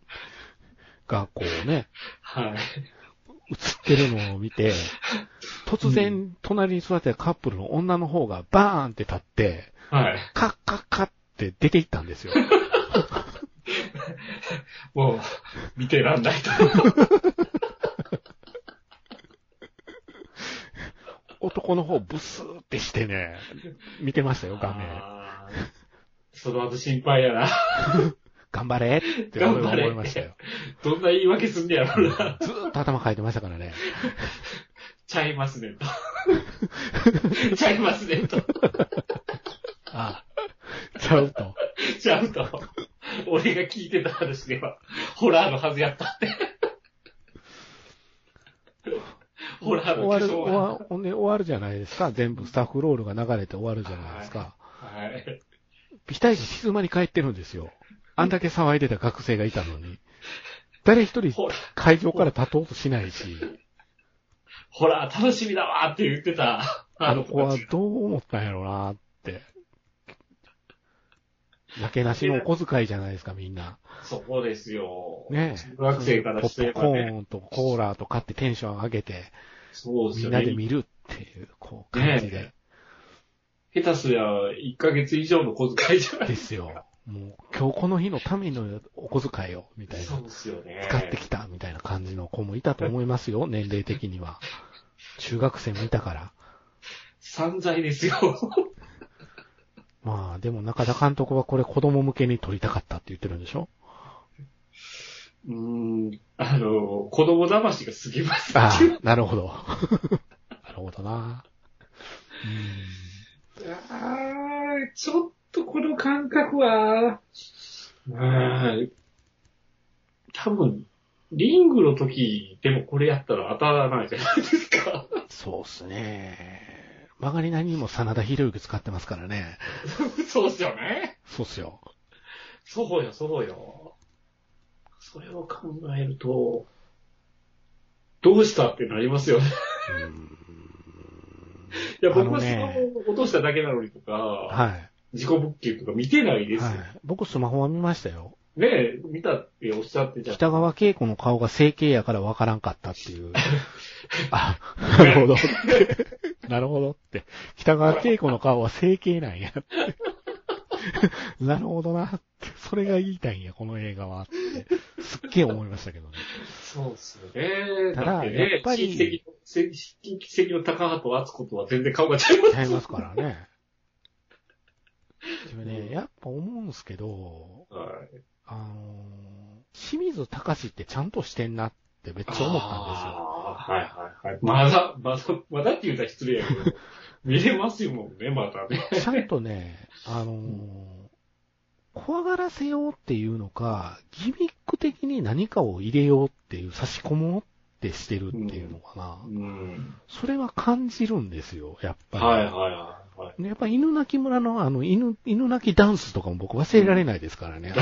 がこうね、はい。写ってるのを見て、突然、隣に座ってたカップルの女の方がバーンって立って、はい。カッカッカッって出ていったんですよ。もう、見てらんないと。男の方ブスーってしてね、見てましたよ、画面。あーその後心配やな。頑張れって俺は思いましたよ。どんな言い訳すんねやろな。ずーっと頭かいてましたからね。ちゃいますね、 と。ちゃいますね、と。ああちゃうと。ちゃうと。俺が聞いてた話では、ホラーのはずやったって。ホラー終のわる、化粧終は。わほんで終わるじゃないですか。全部スタッフロールが流れて終わるじゃないですか。はい。ピタリ静まり返ってるんですよ。あんだけ騒いでた学生がいたのに。誰一人ホラー会場から立とうとしないし、ほら、楽しみだわーって言ってた。あの子はたちがどう思ったんやろうなって。なけなしのお小遣いじゃないですか、みんな。そこですよ。ねえ中学生からしてればポップね。コーンとコーラと買ってテンション上げて、そうですみよんなね。で見るっていう、こう、感じでね。下手すりゃ、1ヶ月以上の小遣いじゃないで ですよ。もう、今日この日のためのお小遣いを、みたいすか。なそう。ですよね。使ってきた、みたいな感じの子もいたと思います よ、年齢的には。中学生もいたから。散財ですよ。まあ、でも中田監督はこれ子供向けに撮りたかったって言ってるんでしょうーん。あの、子供騙しが過ぎます。ああ、なるほ ど。なるほどな。うあーちょっとこの感覚は、うーん多分、リングの時でもこれやったら当たらないじゃないですか。ーんそうっすね。曲がりなりにも真田広之使ってますからね。 そうっすよね。そうっすよ。そうよ、そうよ。それを考えると、どうしたってなりますよ ね。うーんいや、僕はあのスマねホを落としただけなのにとか、は自己物件とか見てないい。ですよ。はい。僕スマホは見ましたよ。ねえ、見たっておっしゃってじゃん。北川景子の顔が整形やからわからんかったって いう。あ、なるほどって。なるほどって。北川景子の顔は整形なんやって。なるほどなって。それが言いたいんや、この映画はって。すっげえ思いましたけどね。そうっすよね。ただだってね、やっぱり親戚の、せ親戚の高畑厚子とは全然顔が違います。違いますからね。でもね、やっぱ思うんすけど、はい。あのー清水隆ってちゃんとしてんなってめっちゃ思ったんですよ。あーはいはいはい。まだ、まだ、まだって言うたら失礼 やけど、見れますよもんね、まだね。ちゃんと ね、あのー怖がらせようっていうのか、ギミック的に何かを入れようっていう、差し込もうってしてるっていうのかな。うん。それは感じるんですよ、やっぱり。はいはいはいはい。でやっぱ犬鳴村のあの犬、犬鳴きダンスとかも僕忘れられないですから ね。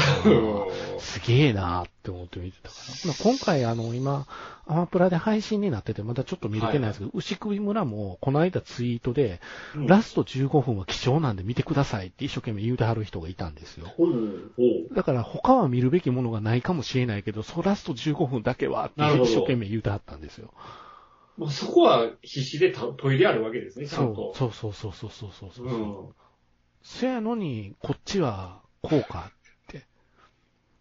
すげえなーって思って見てたから。今回あの今、アマプラで配信になってて、まだちょっと見れてないですけど、牛首村もこの間ツイートで、うんラスト15分は貴重なんで見てくださいって一生懸命言うてはる人がいたんですよ。ほうほう。だから他は見るべきものがないかもしれないけど、そうラスト15分だけはってなるほ一ど生懸命言うてはったんですよ。まあ、そこは必死でたトイレあるわけですね、ちゃそんうと。そうそうそうそうそうそうそううん。そやのに、こっちは、こうかって。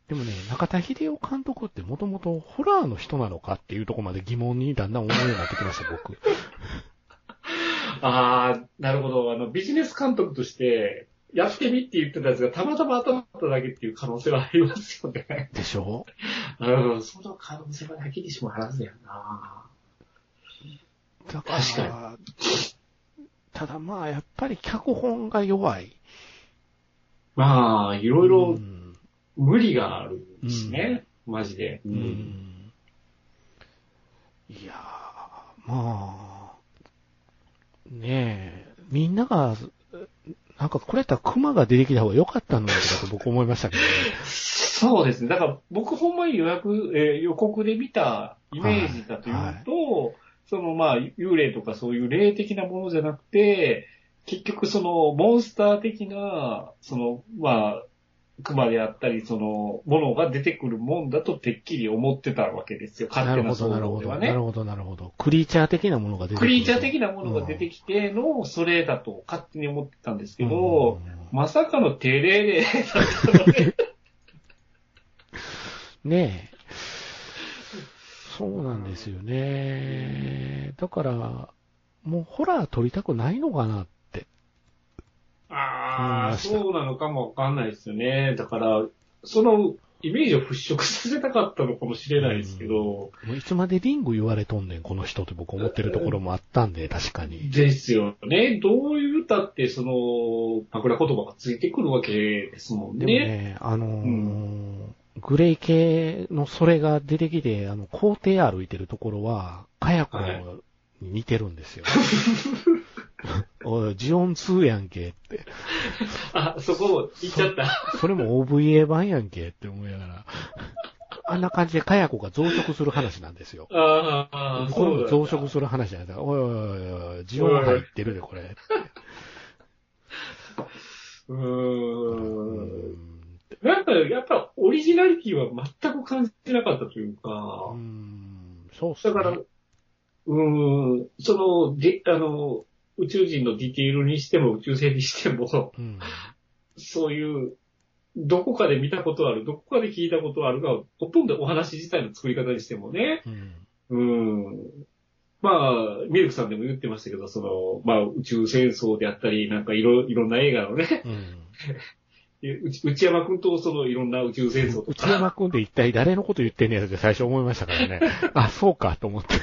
でもね、中田秀夫監督ってもともとホラーの人なのかっていうところまで疑問にだんだん思うようになってきました、僕。ああ、なるほど。あの、ビジネス監督として、やってみって言ってたやつがたまたま頭だっただけっていう可能性はありますよね。でしょうん、その可能性はなきにしもあらずやな。だから、確ただまあ、やっぱり脚本が弱い。まあ、いろいろうん無理があるしね。マジで。うう。んいやー、まあ、ねえ、みんなが、なんかこれやったら熊が出てきた方が良かったのにとかと僕思いましたけどね。そうですね。だから僕ほんまに予約、えー予告で見たイメージだというと、そのまあ幽霊とかそういう霊的なものじゃなくて、結局そのモンスター的な、そのまあ、熊であったり、その、ものが出てくるもんだとてっきり思ってたわけですよ。勝な手るなほど、想なるほ像でど、はなねる。ほど、なるほど。クリーチャー的なものが出てくクる。リーチャー的なものが出てきての、それだと勝手に思ってたんですけど、うんまさかのテレレだったので、ねえ。そうなんですよね。だから、もうホラー撮りたくないのかなって。思あい あ、ましたそうなのかもわかんないですよね。だから、そのイメージを払拭させたかったのかもしれないですけど、もういつまでリング言われとんねん、この人って僕思ってるところもあったんで、確かに。ですよね。どういう歌って、その、枕言葉がついてくるわけですもんでね。もね、あのーうんグレイ系のそれが出てきて、あの、校庭歩いてるところは、カヤコに似てるんですよ。 おい、ジオン2やんけって。あ、そこ行っちゃった。それも OVA 版やんけって思いながら。あんな感じでカヤコが増殖する話なんですよ。ああ、これも増そう殖する話じゃないですか。おいおいおいおい、ジオン入ってるで、これ。だ。ううーん。んなんか、やっぱ、オリジナリティは全く感じてなかったというか、うーんそうっすだね。から、うーん、その、で、あの、宇宙人のディテールにしても宇宙船にしても、 うん。そういう、どこかで見たことある、どこかで聞いたことあるが、ほとんどお話自体の作り方にしてもね、うん。うーん。まあ、ミルクさんでも言ってましたけど、その、まあ、宇宙戦争であったり、なんかいろ、いろんな映画のね、 うん。うち内山くんとそのいろんな宇宙戦争と 内か、山くんって一体誰のこと言ってんねやろって最初思いましたから ね。あ、そうかと思って。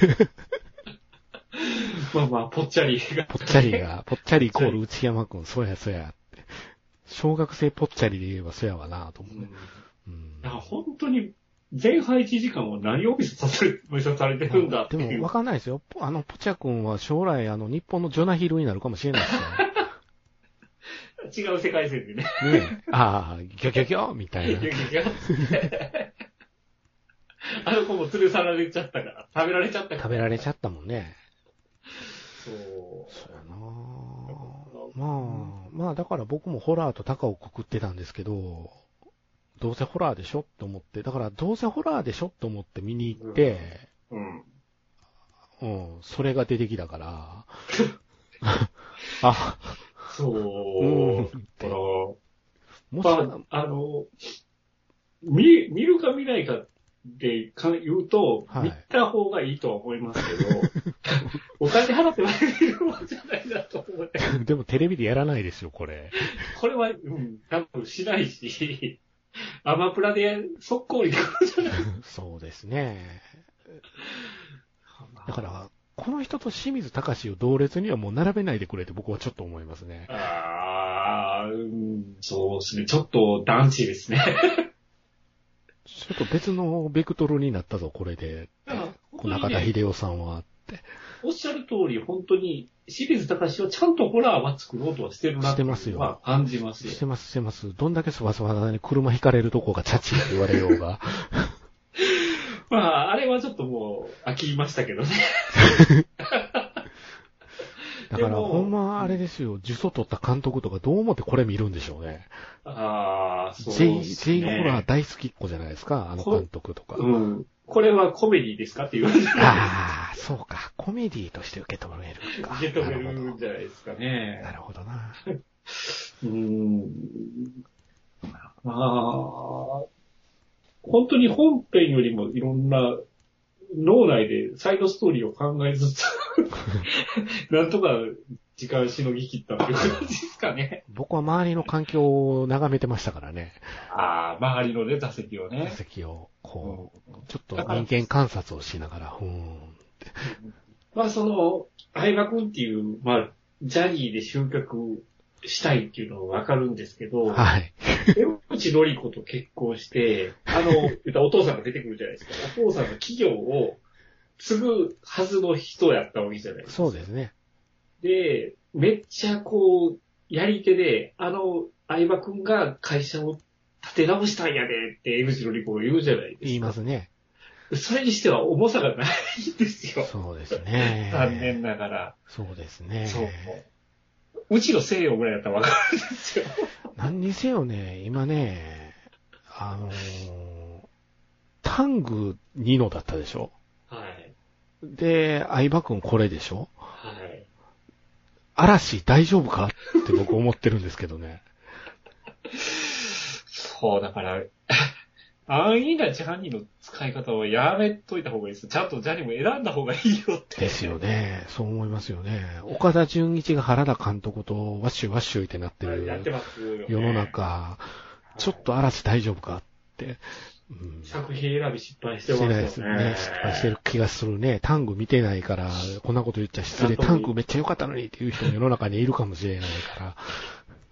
まあまあ、ぽっちゃり映画。ぽっちゃりが、ぽっちゃりイコール内山くん、そうやそうやって。小学生ぽっちゃりで言えばそうやわなと思って。うんなんか本当に、前半1時間は何を見せさせる、 見せされてるんだってでいも、うわ。かんないですよ。ぽあの、ぽちゃくんは将来、あの、日本のジョナヒルになるかもしれないです よ。違う世界線でね。ねえああ、ギョギョギョみたいな。あの子も連れ去られちゃったから、食べられちゃったか食ら。べられちゃったもんね。そう。そうやなあまあ、まあだから僕もホラーと高をくくってたんですけど、どうせホラーでしょと思って、だからどうせホラーでしょと思って見に行って、うん。うん、それが出てきたから、 あ、そう。うんだかもしら、まあ、あの、見、見るか見ないかでか言うと、はい見た方がいいとは思いますけ ど、お金払ってまで見るもんじゃないなと思って。 でもテレビでやらないですよ、これ。これは、うん、多分しないし、アマプラで速攻に行くんじゃない そうですね。だから、この人と清水隆を同列にはもう並べないでくれって僕はちょっと思いますね。ああ、うん、そうですね。ちょっと団地ですね。ちょっと別のベクトルになったぞ、これで。中田秀夫さんは。おっしゃる通り、本当に、シリーズ高橋はちゃんとホラーは作ろうとはしてるなっていうのはしてますよ感じますよしてます、してます。どんだけそばそばなのに車引かれるとこがチャチって言われよう が。まあ、あれはちょっともう、飽きましたけどね。だから、でもほんまあれですよ、呪詛取った監督とかどう思ってこれ見るんでしょうね。ああ、そう J、で J すホラねー。大好きっ子じゃないですか、あの監督とか。うん。これはコメディですかって言われて、ああ、そうか、コメディとして受け止めるか。受け止めなるほるんどじゃないですかね。なるほどな。うーん。まあ、本当に本編よりもいろんな脳内でサイドストーリーを考え つつ、なんとか時間しのぎ切ったっていう感じですかね。僕は周りの環境を眺めてましたからね。ああ、周りのね、座席を座ね。席を、こう、ちょっとだから人間観察をしながら、うーん。まあその、相葉君っていう、まあ、ジャニーで集客したいっていうのはわかるんですけど、はい。江口のり子と結婚して、あの、言ったらお父さんが出てくるじゃないですか。お父さんが企業を継ぐはずの人やったわけじゃないですか。そうですね。で、めっちゃこう、やり手で、あの、相葉くんが会社を立て直したんやでって江口のり子が言うじゃないですか。言いますね。それにしては重さがないんですよ。そうですね。残念ながら。そうですね。そう。うちの西洋ぐらいだったらわかるんですよ。何にせよね、今ね、あのータングニノだったでしょはい。で、相葉くんこれでしょはい。嵐大丈夫かって僕思ってるんですけど ね。そう、だから、 安易なジャニーの使い方はやめといた方がいいです。ちゃんとジャニーも選んだ方がいいよって。ですよね。そう思いますよね。岡田純一が原田監督とワッシュワッシュってなってやってるますよね、世の中、ちょっと嵐大丈夫かって。うん作品選び失敗してしますてよないね。ですよね。失敗してる気がするね。タング見てないから、こんなこと言っちゃ失礼。タングめっちゃ良かったのにっていう人も世の中にいるかもしれないから。だ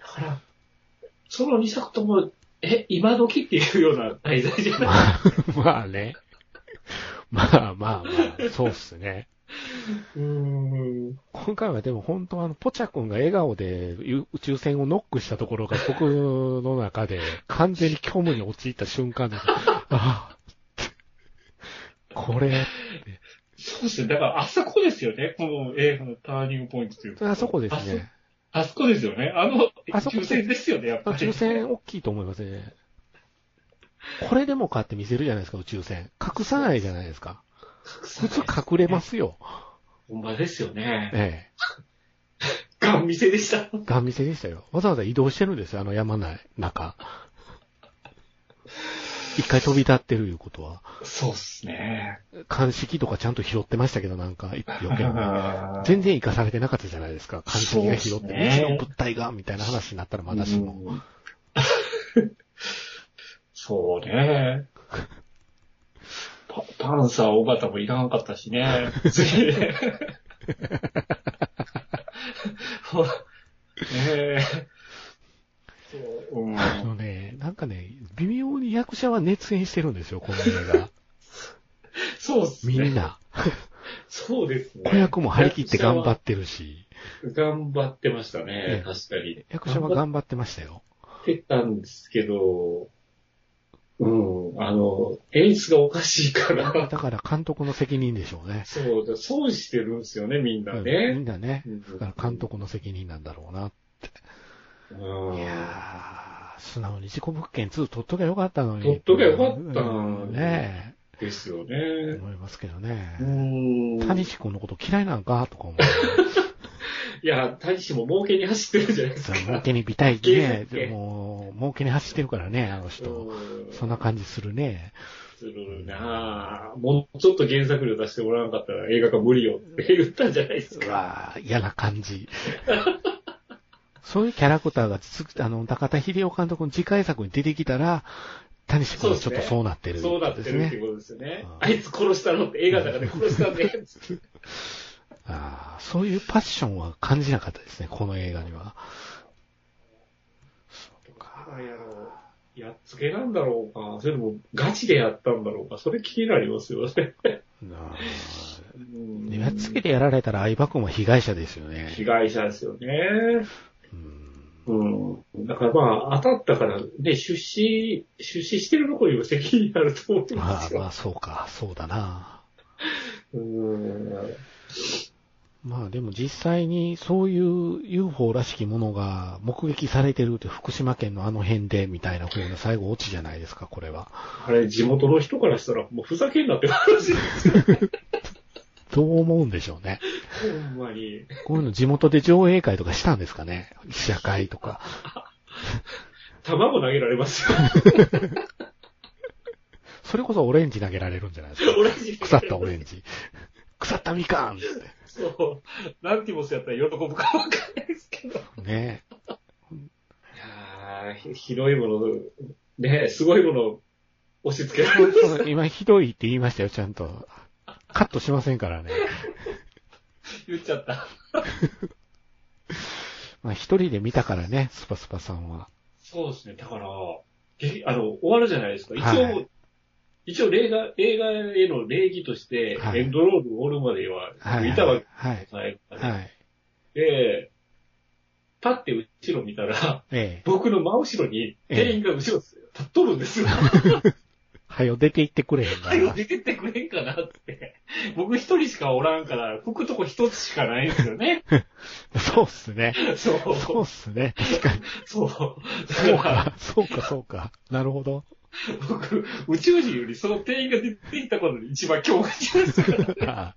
から、その2作とも、え、今時っていうような題材じ ゃない。まあね。まあまあまあ、そうっすね。うーん。今回はでも本当あの、ポチャ君が笑顔で宇宙船をノックしたところが僕の中で完全に虚無に陥った瞬間で、ああ、これ、そうですね。だから、あそこですよね。この映画のターニングポイントというか。あそこですね。あそ。あそこですよね。あの、あそこ抽選ですよね、やっぱり。宇宙 船大きいと思いますね。これでもかって見せるじゃないですか、宇宙船。隠さないじゃないですか。普通隠れますよ。ほんまですよね。えガン見せでした。え。ガン見せでしたよ。わざわざ移動してるんですよ、あの山内、中。一回飛び立ってるいうことは。そうっすね。鑑識とかちゃんと拾ってましたけど、なんか、余計 な。あー全然活かされてなかったじゃないですか。鑑識が拾って、そううっすちねの物体が、みたいな話になったらまだしも。うんそうね。パパンサー尾形もいらんかった しね。次ね。ほねえ。そう。うん。あのね、なんかね、微妙に役者は熱演してるんですよ、この映 画。そうっすみんね。な。そうですね。子役も張り切って頑張ってるし、頑張ってましたねね。確かに。 役者は頑張ってましたよ。ってたんですけど、うん、あの、演出がおかし いから、だから監督の責任でしょうね。そうだ、損してるんですよね、みんなみね。んなね。だだから監。督の責任なんだろうな。うんい。やー、素直に事故物件2取っときゃよかったのに。取っときゃよかったうんねですよえ、ね。思いますけどうね。ん。谷い地君のこと嫌いなんかとか 思う。や、谷氏も儲けに走ってるじゃないでさすかあ。儲けにビタいゲーねム。ゲーもう、儲けに走ってるからね、あの人。うんそんな感じするね。するなぁ。もうちょっと原作料出してもらわなかったら映画化無理よって言ったんじゃないですうか。わー嫌な感じ。そういうキャラクターがつあの、高田秀夫監督の次回作に出てきたら、谷志君はちょっとそうなってる、そうなってるっていうことですよね。あいつ殺したのって映画の中で殺したんで。 あーそういうパッションは感じなかったですね、この映画には。あやろう。やっつけなんだろうか。それともガチでやったんだろうか。それ気になりますよね。あーやっつけてやられたら相葉君は被害者ですよね。被害者ですよね。うんうん。だからまあ、当たったから、ね、出資、出資してるところにも責任あると思うんでまあすまよ。あ、そうか、そうだな。うん。まあでも実際にそういう UFO らしきものが目撃されてるって福島県のあの辺でみたいな風な最後落ちじゃないですか、これは。あれ、地元の人からしたら、もうふざけんなって話ですよ。どう思うんでしょうね。ほんまに。こういうの地元で上映会とかしたんですかね記者会とか。卵投げられますよ。それこそオレンジ投げられるんじゃないですか。オレンジ腐 ったオレンジ。腐ったみかんっつってそう。なんてィモスやったら喜ぶかわかんないですけど。いねやーひひどいもの、ねすごいもの、押し付け られる。そうそう今ひどいって言いましたよ、ちゃんと。カットしませんからね。言っちゃった。まあ一人で見たからね、スパスパさんは。そうですね。だから、えあの、終わるじゃないですか。一応、はい一応例外、映画への礼儀として、はいエンドロール終わるまでは、はい。見たわけはい。じゃないから、はい。で、パッて後ろ見たら、ええ。僕の真後ろに、ええ店員が後ろ立っとるん ですよ。はよ出て行ってくれへんか最後ら。出てってくれんかなって。僕一人しかおらんから、拭くとこ一つしかないんですよ ね。そうっすね。そう。そうっすね。確かに。そう。そうだから、か。そうか、そうか。なるほど。 僕、宇宙人よりその店員が出てきたことに一番驚愕 しましたかあら。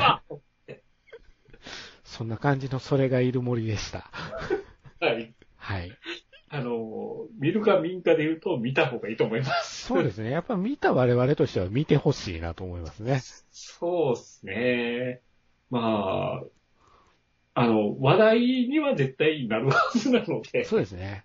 あうわそんな感じのそれがいる森でした。はい。はい。あの、見るか見んかで言うと見た方がいいと思います。そうですね。やっぱ見た我々としては見てほしいなと思いますね。そうですね。まあ、あの、話題には絶対なるはずなので、そうですね。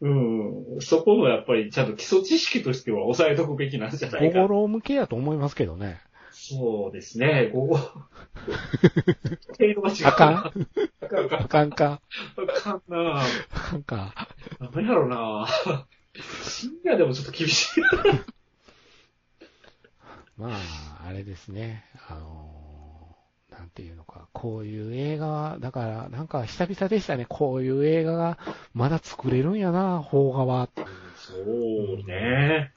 うん、そこもやっぱりちゃんと基礎知識としては抑えとくべきなんじゃなごいかご。ろ向けやと思いますけどね。そうですね、午 後。程度が違うな。あかんあかんあかあんかんか。あかんなあかんか。ダメやろな深夜でもちょっと厳しい。まあ、あれですね。あのーなんていうのか。こういう映画は、だから、なんか久々でしたね。こういう映画がまだ作れるんやな、邦画は。そうね。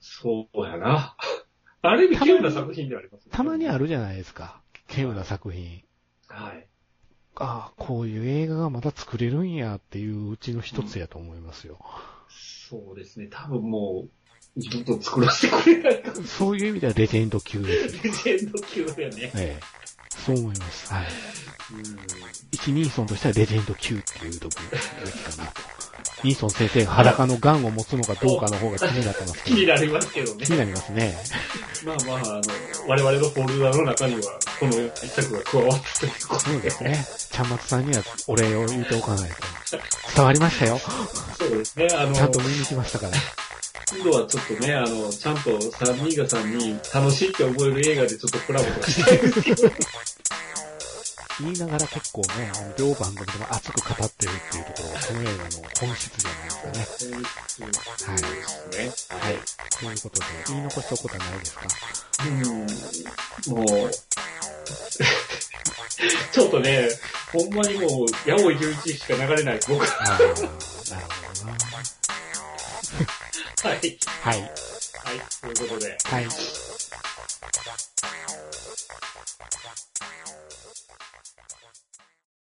そうやな。ある意味、急な作品ではあります、たまにある。るじゃないですか。稀有な作品。はい。ああ、こういう映画がまだ作れるんやっていううちの一つやと思いますよ。そうですね。多分もう、二度と作らせてくれないかもそういう意味ではレジェンド級です。レジェンド級だよね。ええ。そう思います。はい。うん。一ニーソンとしてはレジェンド級っていうところべきかなと。ニーソン先生が裸の癌を持つのかどうかの方が気になってますけ気ど。になりますけどね気。になりますね。まあまあ、あの、我々のフォルダの中には、この一作が加わったということそうですね。ちゃんまつさんにはお礼を言っておかないと。伝わりましたよ。そうですね。あの、ちゃんと見に来ましたから。今度はちょっとね、あの、ちゃんと3人が3人楽しいって思える映画でちょっとコラボとかしたいですけど。言いながら結構ね、あの両番組でも熱く語ってるっていうところが、この映画の本質じゃないですかね。そうですはい。ね。はい。ということで、言い残したことはないですかうん。もう、ちょっとね、ほんまにもう、矢を十一しか流れない僕は。ああ、なるほどな。はい。はい。はい。ということで。はい。